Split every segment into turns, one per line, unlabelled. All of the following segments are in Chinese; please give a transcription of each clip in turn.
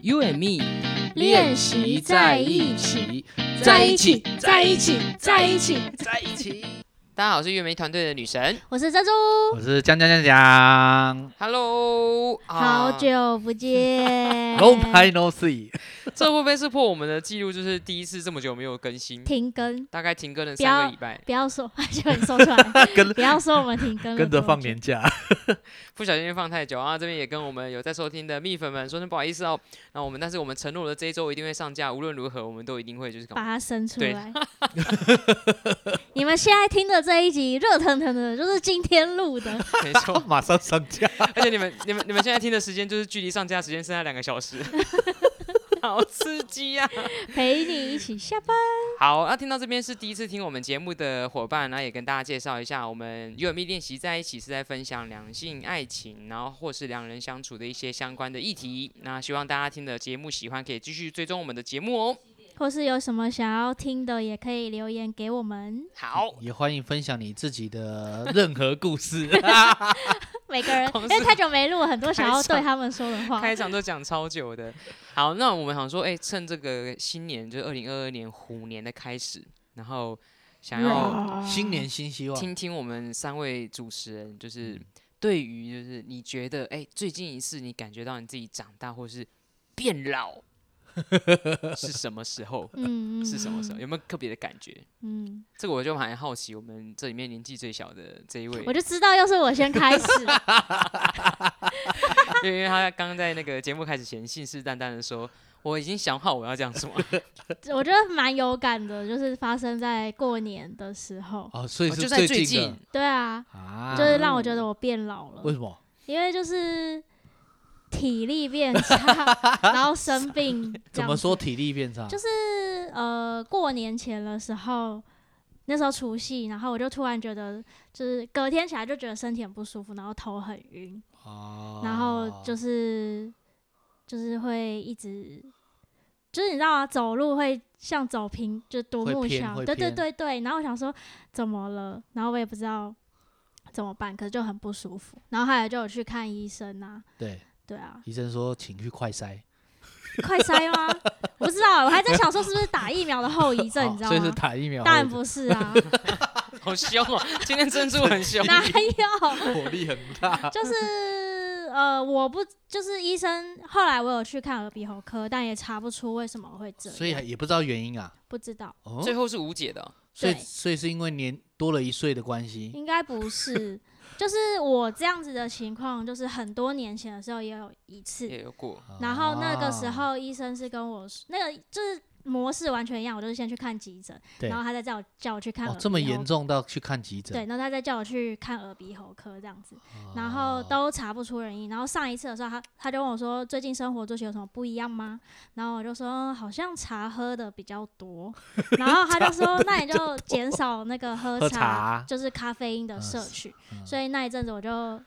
You and me
练习在一起，
在一起，在一起，在一起。
在一起。大家好，我是月梅团队的女神
我是珍珠，
我是江江江江
，Hello，啊
好久不见
，No pie no see，
这会不会是破我们的记录？就是第一次这么久没有更新，
停更，
大概停更了
不要
三个礼拜，
不要说，就很说出 来，
跟
不要说我们停更了，
跟着放，年假，。
不小心放太久啊。这边也跟我们有在收听的蜜粉们说声不好意思哦。那我们但是我们承诺了这一周一定会上架，无论如何我们都一定会就是
把它生出
对
来。 你们现在听的这一集热腾腾的，就是今天录 的，
没错
马上上架。
而且你们你们你们现在听的时间就是距离上架时间剩下两个 小时。 好刺激啊呀、
陪你一起下班。
好，那听到这边是第一次听我们节目的伙伴，那也跟大家介绍一下，我们 U M E 练习在一起是在分享两性爱情，然后或是两人相处的一些相关的议题。那希望大家听的节目喜欢，可以继续追踪我们的节目哦。
或是有什么想要听的，也可以留言给我 们。
好，
也欢迎分享你自己的任何故 事。
每个人，
光
因
是
为太久没录了，很多想要
开场
对他们说的话。
开场都讲超久的。好，那我们想说，哎、趁这个新年，就是二零二二年虎年的开始，然后想要
哦新年新希望，
听听我们三位主持人，就是对于就是你觉得哎、最近一次你感觉到你自己长大或是变老 是什么时候？
嗯，嗯
是什么时候？？
嗯
有没有特别的感觉？
嗯，
这个我就蛮好奇，我们这里面年纪最小的这一位，
我就知道，要是我先开始，
因为他刚刚在那个节目开始前信誓旦旦的说。我已经想好我要讲什么，
我觉得蛮有感的，就是发生在过年的时候。
哦，所以
就是在最
最
近
近
对啊，
的啊
就是让我觉得我变老了，
为什么？
因为就是体力变差，然后 生病。
怎么说？体力变差？
就是呃，过年前的时候，那时候除夕，然后我就突然觉得，就是隔天起来就觉得身体很不舒服，然后头很晕，
哦
然后就是就是会一直，就是你知道吗？走路会像走平，就独
会
木
偏
桥，
会
对对
偏
对对。然后我想说怎么了，然后我也不知道怎么办，可是就很不舒服。然后后来就有去看医生啊，
对，
对啊
医生说，请去快筛，
快塞吗？我不知道，我还在想说是不是打疫苗的后遗症，
好
你知道
哦所以是
吗？
打疫苗，
当然不是啊，
好凶哦！今天珍珠很 凶，
哪有？
火力很 大
就是呃，我不就是医生，后来我有去看耳鼻喉科，但也查不出为什么会这样，
所以也不知道原因啊。
不知道，
哦，
最后是无解的哦。
所以
对
所以是因为年多了一岁的关系，
应该不是。就是我这样子的情况，就是很多年前的时候也有一次，
也有过，
然后那个时
啊，
候医生是跟我说，那个就是模式完全一样，我就是先去看急诊，
对
然后他再叫我叫我去看耳
哦
鼻，
这么
喉
严重到去看急诊，
对，然后他再叫我去看耳鼻喉科这样子，
哦
然后都查不出原因。然后上一次的时候他，他就问我说，最近生活作息有什么不一样吗？然后我就说，嗯好像茶喝的比较多。 然后他就说，那你就减少那个喝
喝茶
就是咖啡因的摄取。
嗯
所以那一阵子我就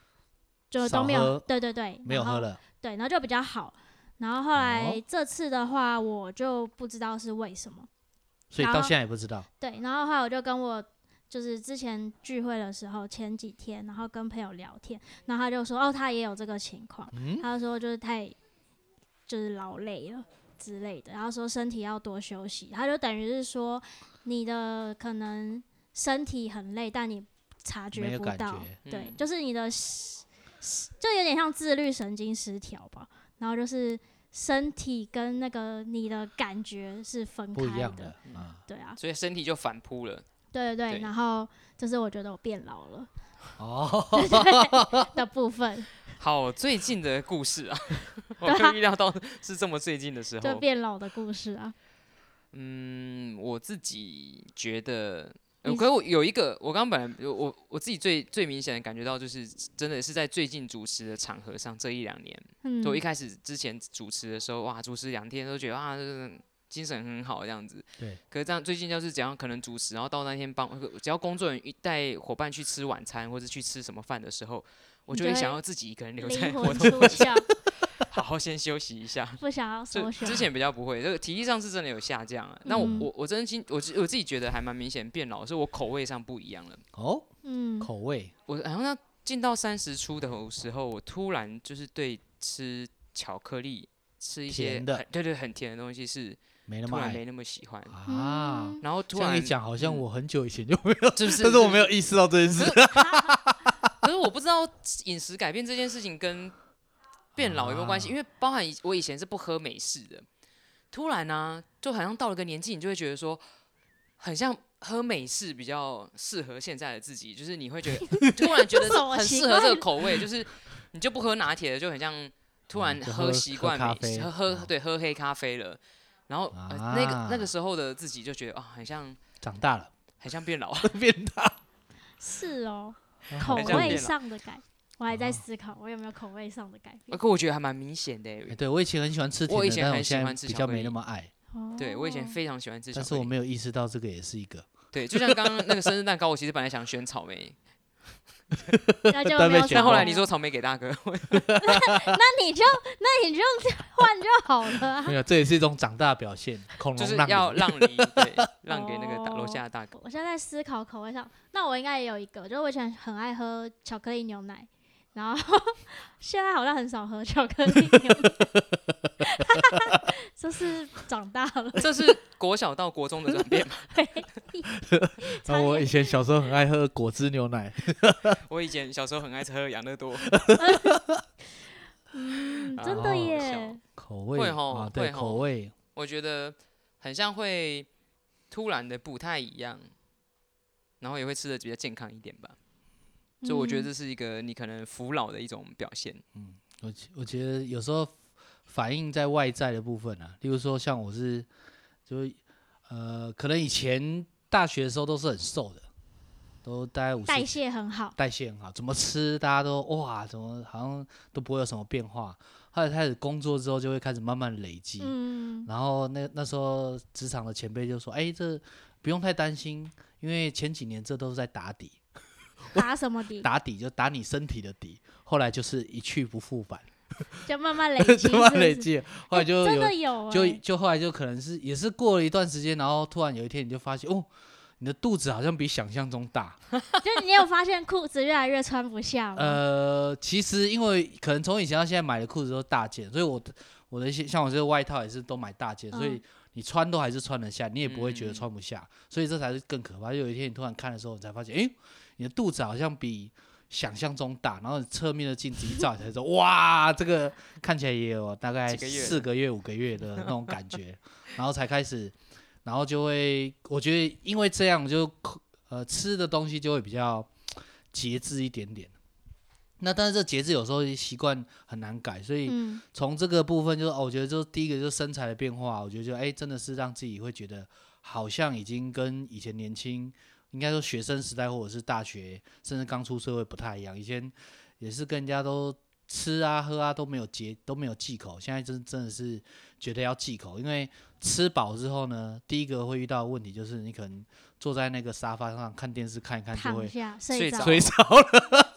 就
少
都没
喝
有，对对对，
没有
然后
喝了，
对，然后就比较好。然后后来
哦
这次的话，我就不知道是为什么。
所以
然
到
后
现在也不知道。
对，然后后来我就跟我就是之前聚会的时候，前几天，然后跟朋友聊天，然后他就说，哦，他也有这个情况，
嗯，
他就说就是太就是劳累了之类的，然后说身体要多休息，他就等于是说你的可能身体很累，但你察
没
觉
有
不
感
到，
觉
对，
嗯
就是你的失失就有点像自律神经失调吧，然后就是身体跟那个你的感觉是分
不一
开
样的啊。
对啊，
所以身体就反扑了。
对对
对
对，然后就是我觉得我变老了
哦，
的部 分，
好，最近的故事 啊，我
对啊
就预料到是这么最近的时
就
候。
变老的故事啊。
嗯，我自己觉得，呃、
你
可是我有一个，我刚刚本来我我自己最最明显的感觉到，就是真的是在最近主持的场合上，这一两年，
嗯
就我一开始之前主持的时候，哇，主持两天都觉得啊，就是精神很好这样子。
对。
可是这样最近就是只要可能主持，然后到那天帮，只要工作人员一带伙伴去吃晚餐或者去吃什么饭的时候，我
你
就
就
会
会
想要自己一个人留在
灵
活
魂
动，
出窍，
好好先休息一下。
不想要
就
缩小。
之前比较不会，这个体力上是真的有下降啊。那我
嗯
我我真心我自我自己觉得还蛮明显变老，是我口味上不一样了。
哦，
嗯，
口味
我好像进到三十出头的时候，我突然就是对吃巧克力、吃一些
甜的
很对对很甜的东西是
没那
突
么
然
爱
没那么喜欢，
啊。
嗯
然后突
这样
然
一讲，好像
嗯
我很久以前就没 有，
是不是？
但是我没
有，
有意识到这件事。
可是我不知道饮食改变这件事情跟变老有没有关系，
啊
因为包含以我以前是不喝美式的，突然呢、就好像到了个年纪，你就会觉得说，很像喝美式比较适合现在的自己，就是你会觉得 突然觉 得
这什么
很
奇
适合
怪
这个口味，就是你就不喝拿铁了，就很像突然
嗯就
喝
喝
习
喝
惯
咖
美式
啡
喝喝
啊
对喝黑咖啡了，然后、呃、那个那
啊
个时候的自己就觉得啊，很像
长大了，
很像变老，
变大，
是哦，
啊
口
好
味
像变
哎变了
上的改，我还在
哦
思考我有没有口味上的改变。
可我觉得还蛮明显的欸耶
哎。对我以前很喜欢吃甜
我以
的，
前
但
很
我
喜
现在
欢吃
比
巧
较
克
没
力
那么爱，
呃对我以前
哦
非常喜欢吃巧克
但
力，
是我没有意识到这个也是一个。
对，就像刚刚那个生日蛋糕，我其实本来想选草莓，
那就
但
没
被
有
选
但后
错
来
了
你说草莓给大哥，我
那你就那你就换就好了 啊、
没有，这也是一种长大的表现。恐
就是
龙让
要
梨
让梨，对，让给那个大楼下的大哥。
我现在在思考口味上，那我应该也有一个，就是我以前很爱喝巧克力牛奶，然后 现在好像很少喝巧克力牛奶， 就是长大 了。
这是国小到国中的转变嘛？
差
啊我
点
以前小时候很爱喝果汁牛奶，
我以前小时候很爱吃喝养乐多，
嗯，
啊
真
好
的
好
耶
笑，
口味
会吼
啊，对
会吼
口味，
我觉得很像会突然的不太一样，然后也会吃的比较健康一点吧。所以我觉得
嗯
这是一个你可能服老的一种表现。
我觉我觉得有时候反映在外在的部分啊，例如说像我是，就是呃，可能以前大学的时候都是很瘦的，都大概五
代
十
谢很好。
代谢很好，怎么吃大家都哇，怎么好像都不会有什么变化。后来开始工作之后，就会开始慢慢累积，
嗯，
然后那那时候职场的前辈就说：“哎，这不用太担心，因为前几年这都是在打底，
打什么底？
打底就打你身体的底，后来就是一去不复返，
就慢慢累 积，
慢慢
是不
累
是
积。后来
哎
就
真
有、
的有、欸，
就就后来就可能是也是过了一段时间，然后突然有一天你就发现哦，你的肚子好像比想象中大。
就是你有发现裤子越来越穿不下吗？
呃，其实因为可能从以前到现在买的裤子都大件，所以我的我的一些像我这个外套也是都买大件，所以
嗯
你穿都还是穿得下，你也不会觉得
嗯
穿不下，所以这才是更可怕。就有一天你突然看的时候，你才发现，哎、你的肚子好像比想象中大，然后你侧面的镜子一照，你才说，哇，这个看起来也有大概
几个月
四个月、五个月的那种感觉，然后才开始，然后就会，我觉得因为这样就口呃吃的东西就会比较节制一点点。那但是这节制有时候习惯很难改，所以
嗯，
从这个部分就是，哦，我觉得就是第一个就是身材的变化，我觉得就哎，真的是让自己会觉得好像已经跟以前年轻，应该说学生时代或者是大学，甚至刚出社会不太一样。以前也是跟人家都吃啊喝啊都没有节都没有忌口，现在真真的是觉得要忌口，因为吃饱之后呢，第一个会遇到的问题就是你可能坐在那个沙发上看电视看一看就
躺
会
下
睡
睡着
着，
睡着了，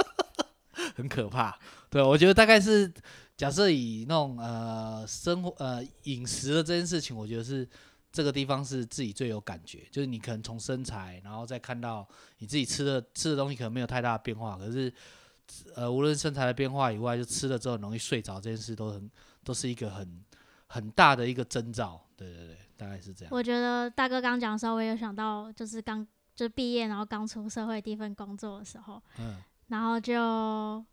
很可怕。对，我觉得大概是假设以那种呃生活呃饮食的这件事情，我觉得是这个地方是自己最有感觉，就是你可能从身材，然后再看到你自己吃的吃的东西可能没有太大的变化，可是呃无论身材的变化以外，就吃了之后很容易睡着这件事都很都是一个很很大的一个征兆。对对对，大概是这样。
我觉得大哥刚讲的时候，我也有想到，就是刚就毕业，然后刚出社会第一份工作的时候，
嗯，
然后就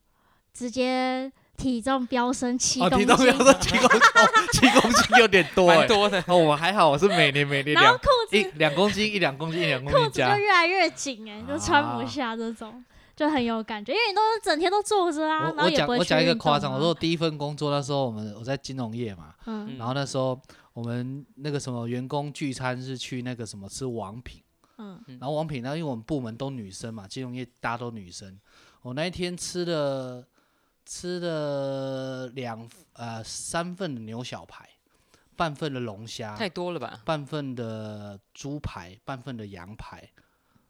直接体重飙升七
哦，
公
提
斤，
到没有说七公斤，哦七公斤有点多哎
蛮。多的，
哦，我还好，我是每年每年
然后
两
裤
一
子
两公斤，一两公斤，一两公
裤
斤
子就
加。
越来越紧、哎，就穿不
啊
下这种。就很有感觉，因为你都是整天都坐着啊，然
我
后
我
也
讲
不会
我
去
讲一个
运
夸
动
张，
啊
我说我第一份工作那时候我们我在金融业嘛，
嗯
然后那时候我们那个什么员工聚餐是去那个什么吃王品，
嗯，
然后王品呢，因为我们部门都女生嘛，金融业大家都女生，我那一天吃了吃了两呃三份的牛小排，半份的龙虾，
太多了吧？
半份的猪排，半份的羊排，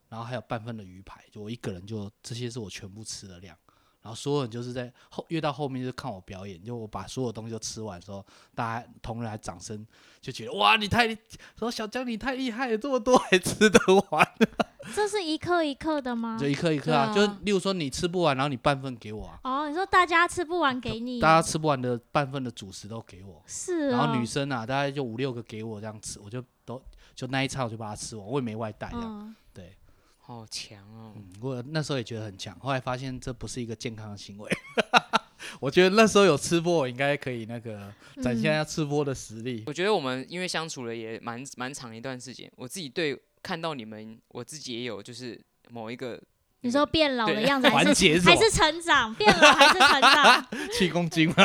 然后还有半份的鱼排，就我一个人就这些是我全部吃的量。然后所有人就是在后越到后面就是看我表演，就我把所有东西都吃完的时候，大家同仁还掌声，就觉得哇你太说小江你太厉害了，这么多还吃得完，
这是一颗一颗的吗
就？一颗一颗啊，就例如说你吃不完，然后你半份给我啊，
哦，你说大家吃不完给你，
大家吃不完的半份的主食都给我，
是哦，
然后女生嗯啊大概就五六个给我这样吃，我就都就那一餐我就把它吃完，我也没外带啊这样。
嗯，
对，
好强哦！
嗯，我那时候也觉得很强，后来发现这不是一个健康的行为。 我觉得那时候有吃播，我应该可以那个展现一下吃播的实力。
我觉得我们因为相处了也蛮蛮长一段时间，我自己对看到你们，我自己也有就是某一个
你说变老的
对
样子，还
环
是
节是
还是成长，变老还是成 长？
七公斤嘛，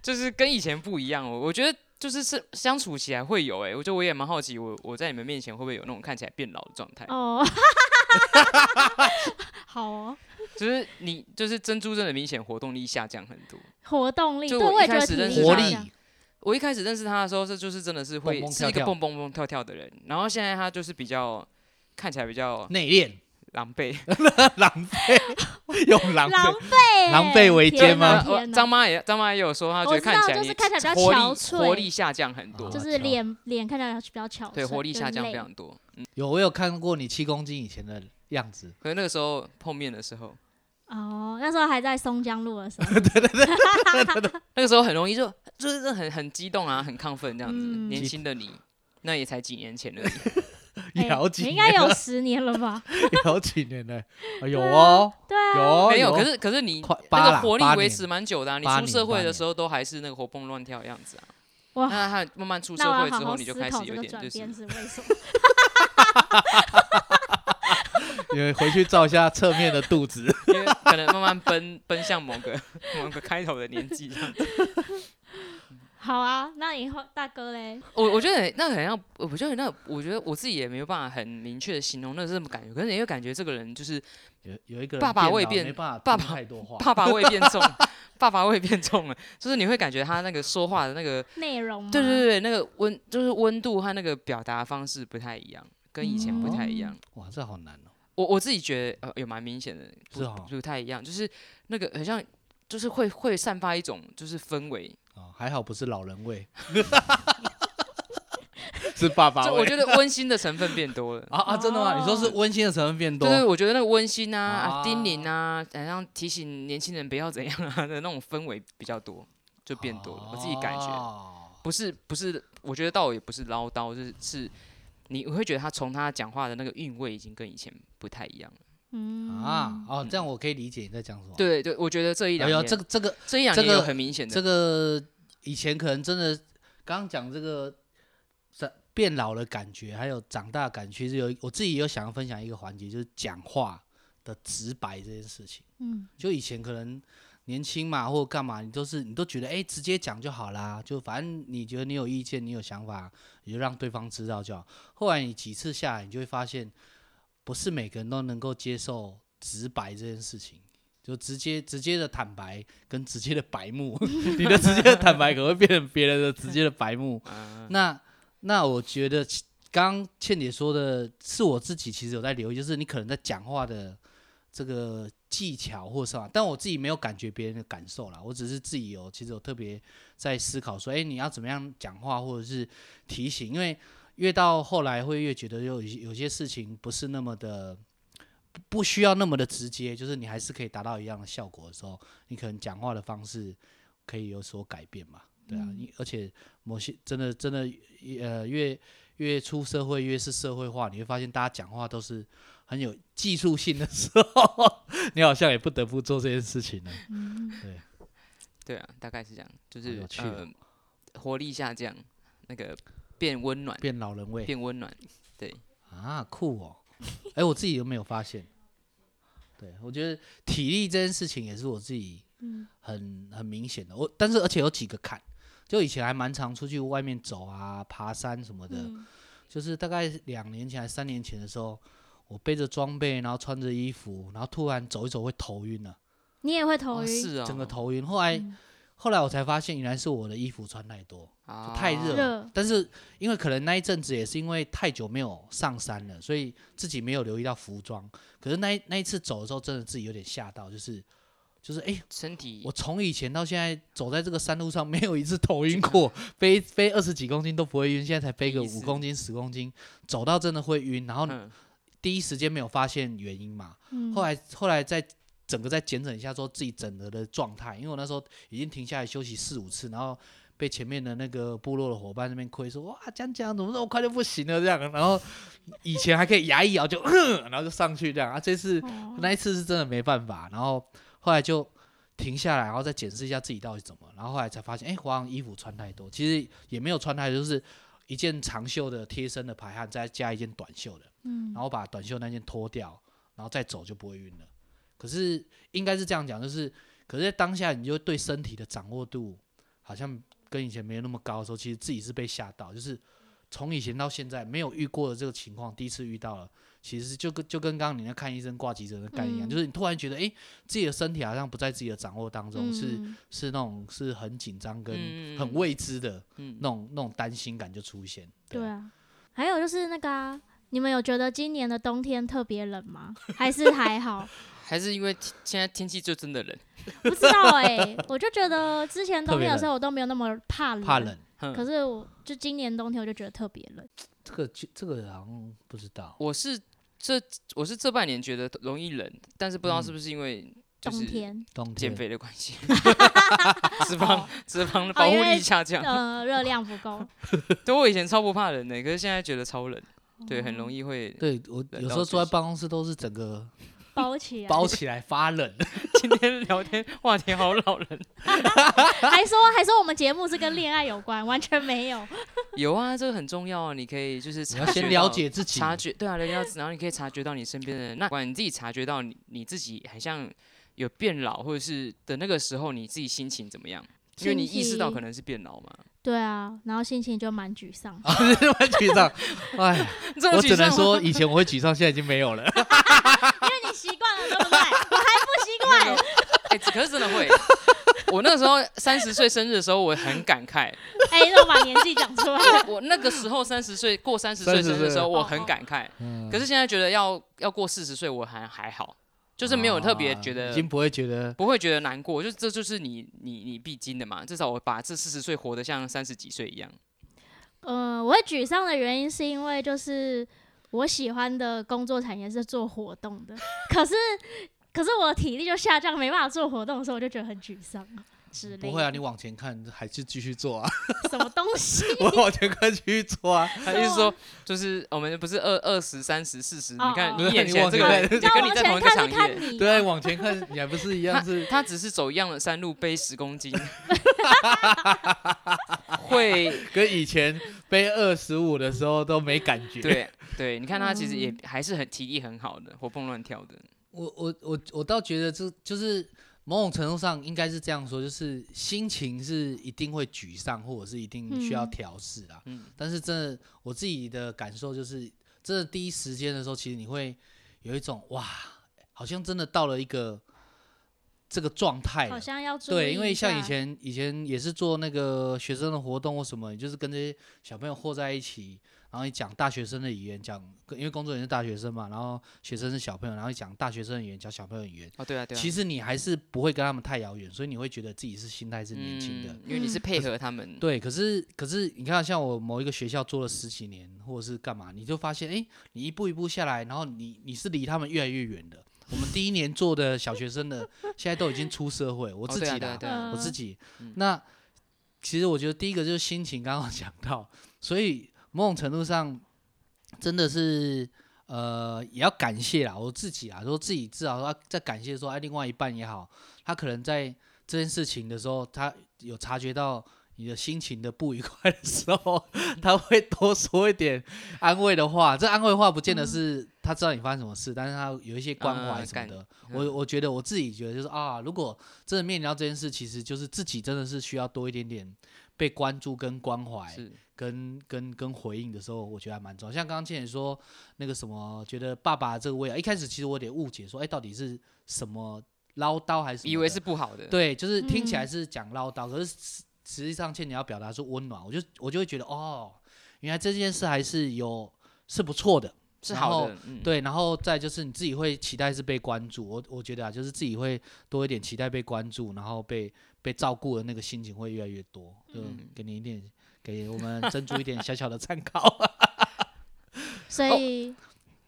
就是跟以前不一样哦。我觉得就是是相处起来会有哎、我觉得我也蛮好奇我，我在你们面前会不会有那种看起来变老的状态？
哦， 好哦，
就是你就是珍珠真的明显活动力下降很多。
活动力，
就
对，
我
我也
一开
觉得
始
体
认识
力
活
他
下
力
降
我一开始认识他的时候，是就是真的是会
蹦蹦
是一个
跳跳
蹦蹦蹦跳跳的人，然后现在他就是比较看起来比较
内敛，
狼狈。
狼狈，用狼
狼
狈。
狈，
狼狈为
天
奸
哪
那
吗
呃我
天哪
张妈也张妈也有说，她觉
我
得
知
看起
道
来
就是
你
看起来比较
活力
憔悴
活力下降很多
啊，
就是
球
脸脸看起来比较憔悴，
哦对，活力
就
下降
累
非常多。嗯，
有我有看过你七公斤以前的样子，
可是那个时候碰面的时候，
哦，那时候还在松江路的时 候，
那个时候很容易就就是很很激动啊，很亢奋这样子。
嗯
年轻的你，那也才几年前的你，
哎
有几
应
年
该有
了，
十年了吧？
有几年 了，啊有哦，
对啊，
有哦
没有。
哦
可是可是你
快八
那个
啦
活力
八
维
年
持蛮久的啊，你
八
出
年
社会
八
的
年
时候都还是那个活蹦乱跳的样子啊。
哇
那他慢慢出社
那我
会
要好
之后，
好
你就
思
开
考
始
这
有
个
点
转
就是
变是为什 么。
因为回去照一下侧面的肚子，
因为可能慢慢奔奔向某个 某个开头的年纪这样子。
好啊，那以后大哥嘞，
我我觉得那很像，我觉得那我觉得我自己也没有办法很明确的形容那是什么感觉，可是你会感觉这个人就是
有有一个人
爸爸
老
未变
没办法
爸
听
爸
太多话，
爸爸味变重， 爸爸味变重了，就是你会感觉他那个说话的那个，
内容吗
对对，对，那个温就是温度和那个表达方式不太一样，跟以前不太一样。
哇，这好难哦，
我我自己觉得呃有蛮明显的，不
是哦
不太一样，就是那个很像，就是会会散发一种就是氛围，
哦还好不是老人味， 是爸爸
就
味
我。觉哦得温馨的成分变多 了。
啊啊，真的吗？你说是温馨的成分变多
就，是我觉得那个温馨啊、啊
啊
叮咛啊，好像提醒年轻人不要怎样啊的那种氛围比较多，就变多了。我自己感觉
哦
不是不是，我觉得倒也不是唠叨，是是你会觉得他从他讲话的那个韵味已经跟以前不太一样了。
嗯
啊，哦，这样我可以理解你在讲什么。，
对对，我觉得这一两
哦哎
年，
呦，这个这个
这一两
这
年有
个
很明显的
这个以前可能真的，刚刚讲这个长变老的感觉，还有长大的感觉，其实有我自己有想要分享一个环节，就是讲话的直白这件事情。
嗯，
就以前可能年轻嘛，或者干嘛，你都是你都觉得哎、诶直接讲就好啦，就反正你觉得你有意见，你有想法，你就让对方知道就好。后来你几次下来，你就会发现，不是每个人都能够接受直白这件事情。就直接直接的坦白跟直接的白目， 你的直接的坦白可能会变成别人的直接的白目。那那我觉得其刚刚倩姐说的是我自己其实有在留意，就是你可能在讲话的这个技巧或什么，但我自己没有感觉别人的感受啦，我只是自己有，其实有特别在思考说，哎、你要怎么样讲话，或者是提醒，因为越到后来会越觉得有一些有些事情不是那么的。不不需要那么的直接，就是你还是可以达到一样的效果的时候，你可能讲话的方式可以有所改变嘛，对啊，因而且某些真的真的呃越越出社会越是社会化，你会发现大家讲话都是很有技术性的时候，你好像也不得不做这件事情了。
对啊，大概是这样，就
好
是
有趣哦
呃，活力下降，那个变温暖，
变老人味
变温暖，
啊，酷哦！哎、我自己都没有发现。对，我觉得体力这件事情也是我自己
嗯
很很明显的。我但是而且有几个坎，就以前还蛮常出去外面走啊、爬山什么的，
嗯
就是大概两年前还三年前的时候，我背着装备，然后穿着衣服，然后突然走一走会头晕了、啊
你也会头
哦
晕，
是哦，
整个头晕。后来、
嗯
后来我才发现，原来是我的衣服穿太多。
啊
就太热了，
热
但是因为可能那一阵子也是因为太久没有上山了，所以自己没有留意到服装。可是那一那一次走的时候，真的自己有点吓到，就是就是哎、
身体
我从以前到现在走在这个山路上，没有一次头晕 过，飞飞二十几公斤都不会晕，现在才飞个
第一次
五公斤、十公斤，走到真的会晕，然后
嗯
第一时间没有发现原因嘛，
嗯
后来后来再整个再检整一下，说自己整个的状态，因为我那时候已经停下来休息四五次，然后被前面的那个部落的伙伴那边亏说哇，讲讲怎么那么快就不行了这样，然后以前还可以牙一咬就嗯，然后就上去这样啊，这次
哦
那一次是真的没办法，然后后来就停下来，然后再检视一下自己到底怎么了，然后后来才发现，哎、我好像衣服穿太多，其实也没有穿太多，就是一件长袖的贴身的排汗，再加一件短袖的，
嗯
然后把短袖那件脱掉，然后再走就不会晕了。可是应该是这样讲，就是可是在当下你就对身体的掌握度好像跟以前没有那么高的时候，其实自己是被吓到，就是从以前到现在没有遇过的这个情况，第一次遇到了，其实就跟就跟刚刚你那看医生挂急诊的概念一样，
嗯
就是你突然觉得哎、诶自己的身体好像不在自己的掌握当中，是
嗯
是那种是很紧张跟
嗯
很未知的
嗯
那种那种担心感就出现。
对啊，还有就是那个啊，你们有觉得今年的冬天特别冷吗？ 还是还好？
还是因为天现在天气就真的冷，
不知道哎、 我就觉得之前冬
特别
天
冷
的时候我都没有那么怕冷，嗯
怕冷，
哼
可是我就今年冬天我就觉得特别冷，
这个就这个好像不知道。
我是这我是这半年觉得容易冷，但是不知
嗯
道是不是因为就
冬
是
天
冬天
减肥的关系， 脂肪脂肪的
哦
保
因
护
为
力下降。
呃热量不 够，
对我以前超不怕冷的，可是现在觉得超冷，对，很容易会。
对我
冷
有时
到
候
极
坐在
限
办公室都是整个
包起来，
包起来发冷，
今天聊天话题好老人，
还说还说我们节目是跟恋爱有关， 完全没有。
有啊，这个很重要啊， 你可以就是
你
察
要
觉
先了
到
解自己。
察觉，对啊，人家，然后你可以察觉到你身边的人，那不管你自己察觉到你你自己好像有变老，或者是的那个时候，你自己心情怎么样？因为你意识到可能是变老嘛，
对啊，然后心情就蛮沮 丧。
啊，这么沮丧，哎，
这种
我
沮
只
丧
能
吗
说以前我会沮丧，现在已经没有了。
因为你习惯了，对不对？我还不习惯。
哎、可是真的会。我那时候三十岁生日的时候，我很 感慨。
哎、那我把年纪讲出来。
我那个时候三十岁过三十岁嗯生日的时候，
30
我很
嗯
感慨。可
是
是现在觉得要要过四十岁，我还还好， 就是没有特别觉
啊已
得
经不会觉得
不会觉得难过，就是这就是你你你必经的嘛。至少我把这四十岁活得像三十几岁一样。
嗯、我会沮丧的原因是因为就是我喜欢的工作产业是做活动的，可是可是我的体力就下降，没办法做活动的时候，我就觉得很沮丧之类的。
不会啊，你往前看还是继续做啊，
什么东西？
我往前看继续做啊。
他意思说，就是我们不是二二十三十四十，
哦
你看
哦
你
哦
眼 前这个
对
人，
你
跟
叫
你
往
在同
前
一个
看
产
是看
业，
你、
对，往前看你还不是一样
他
是
他只是走一样的山路，背十公 斤，会
跟以前背二十五的时候都没感 觉。，
对对，你看他其实也还是很体力很好的，活蹦乱跳的。
我我我我倒觉得这就是某种程度上应该是这样说，就是心情是一定会沮丧，或者是一定需要
嗯
调试啦。
嗯，
但是真的我自己的感受就是，真的第一时间的时候，其实你会有一种哇，好像真的到了一个这个状态
好
了。
像要注意
对，因为
一下
像以前以前也是做那个学生的活动或什么，你就是跟这些小朋友和在一起，然后你讲大学生的语言，讲因为工作人员是大学生嘛，然后学生是小朋友，然后你讲大学生的语言，讲小朋友的语言，
哦对啊对啊，
其
实
实你还是不会跟他们太遥远，所以你会觉得自己是心态是年轻的。
嗯因为你是配合他们，
对，可是可是你看，像我某一个学校做了十几年，或者是干嘛，你就发现，哎，你一步一步下来，然后你你是离他们越来越远的。我们第一年做的小学生的，现在都已经出社会，我
哦
自
对啊
己
对啊
的，
对啊
我自己
嗯。
那其实我觉得第一个就是心情，刚刚讲到，所以某种程度上真的是。呃，也要感谢啦，我自己啊，说自己至少要在感谢说，哎，另外一半也好，他可能在这件事情的时候，他有察觉到你的心情的不愉快的时候， 他会多说一点安慰的话。这安慰的话不见得
嗯
是他知道你发生什么事，但是他有一些关怀
嗯
什么
感
的。我我觉得我自己觉得就是啊，如果真的面临到这件事，其实就是自己真的是需要多一点点被关注跟关怀。
是
跟跟跟回应的时候，我觉得还蛮重要。像刚刚倩姐说那个什么，觉得爸爸这个味道，一开始其实我有点误解说，哎，到底是什么唠叨还是什么的
以为是不好的，
对，就是听起来
嗯
是讲唠叨，可是实实际上倩姐要表达是温暖，我就我就会觉得哦，原来这件事还是有是不错的，
是
然
好
后
的，嗯，
对，然后再就是你自己会期待是被关注，我我觉得啊，就是自己会多一点期待被关注，然后被被照顾的那个心情会越来越多，就
嗯
给你一点，给我们珍珠一点小小的参考。
所以、
哦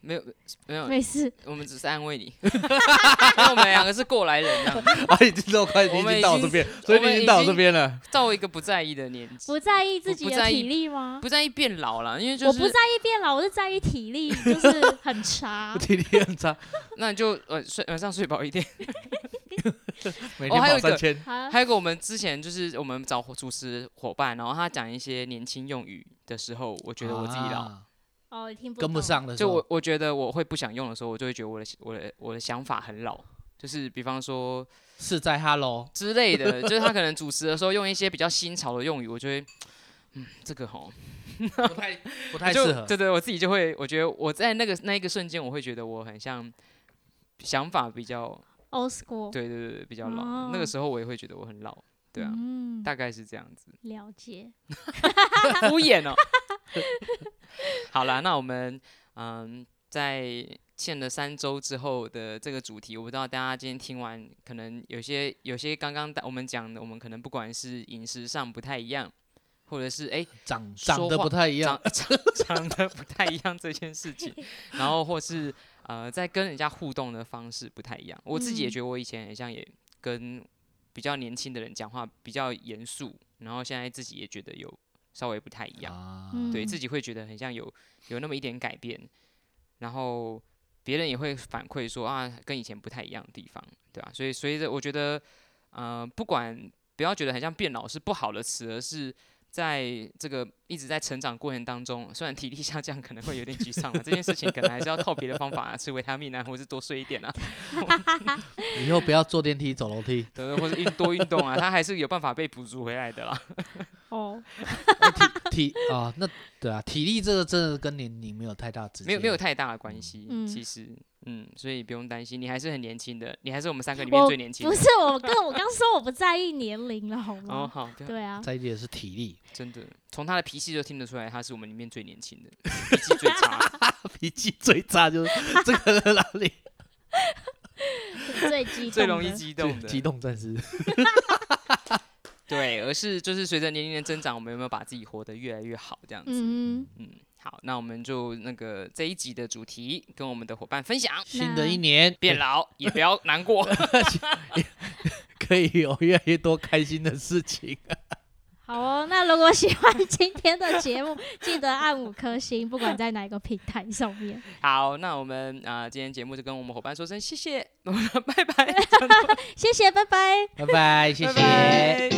没有没有，
没事，
我们只是安慰你， 因为我们两个是过来人 啊，
啊，已经到快，已
我们
经
已
到我
经
这边，所以
我
你
们
已经
已
到我这
经
边了。。
到一个不在意的年纪，
不在意自己
我不
的
在
体
意
力吗？
不在意变老了，因为就
我不
是
在意变老，我是在意体力，就是很 差
体力很差，
那你就晚睡晚上睡饱一点。
每
哦
天
还有
跑
一
三
个
千。
好
还有一个，我们之前就是我们找主持伙伴，然后他讲一些年轻用语的时候，我觉得我自己老，
啊
哦，听不
跟不
懂。
上的时
就
候，
我我觉得我会不想用的时候，我就会觉得我的我的我的想法很老。就是比方说
是在 Hello，
之类的，就是他可能主持的时候用一些比较新潮的用语，我就会，嗯，这个吼，
不太不太
就
适合
对对，我自己就会，我觉得我在那个那一个瞬间，我会觉得我很像想法比较，
Old school。
对对对对，比较老。
哦
那个时候我也会觉得我很老，对啊，
嗯，
大概是这样子，
了解。
敷衍哦。 好啦，那我们嗯，在欠了三周之后的这个主题，我不知道大家今天听完，可能有些有些刚刚我们讲的，我们可能不管是饮食上不太一样，或者是哎、
长
说
长得
话
不太一样啊
长 长长得不太一样这件事情，然后或是呃，在跟人家互动的方式不太一样。我自己也
嗯
觉得我以前很像也跟比较年轻的人讲话比较严肃，然后现在自己也觉得有稍微不太一样，
啊
嗯
对自己会觉得很像有有那么一点改变，然后别人也会反馈说啊，跟以前不太一样的地方，对啊吧、所以随着我觉得，呃，不管不要觉得很像变老是不好的词，而是在这个一直在成长过程当中，虽然体力下降可能会有点沮丧了，啊这件事情可能还是要靠别的方法啊，吃维他命啊，或是多睡一点啊，
以后不要坐电梯，走楼梯。
对，或者运多运动啊，它还是有办法被补足回来的啦。
哦，
体啊，那对啊，体力这个真的跟年龄没有太大直接，
没有没有太大的关系，
嗯
其实，嗯，所以不用担心，你还是很年轻的，你还是我们三个里面
我
最年轻
不
的。
是我跟我刚说我不在意年龄了，好
哦，
吗？
好，不要
对啊，
在意的是体 力，
真的，从他的脾气就听得出来，他是我们里面最年轻的，脾气最 差。
脾气最差就是这个人哪里
最激动的，
最容易激 动
激
的，
动战士，
对，而是就是随着年龄的增长，我们有没有把自己活得越来越好这样子？
嗯，
嗯，好，那我们就那个这一集的主题跟我们的伙伴分享，
新的一年
变老也不要难过。
可以有越来越多开心的事情。
好哦。那如果喜欢今天的节目，记得按五颗星，不管在哪个平台上面。
好，那我们啊、呃今天节目就跟我们伙伴说声谢谢，拜拜，
谢谢，拜拜。
拜拜，谢
拜
谢。
拜。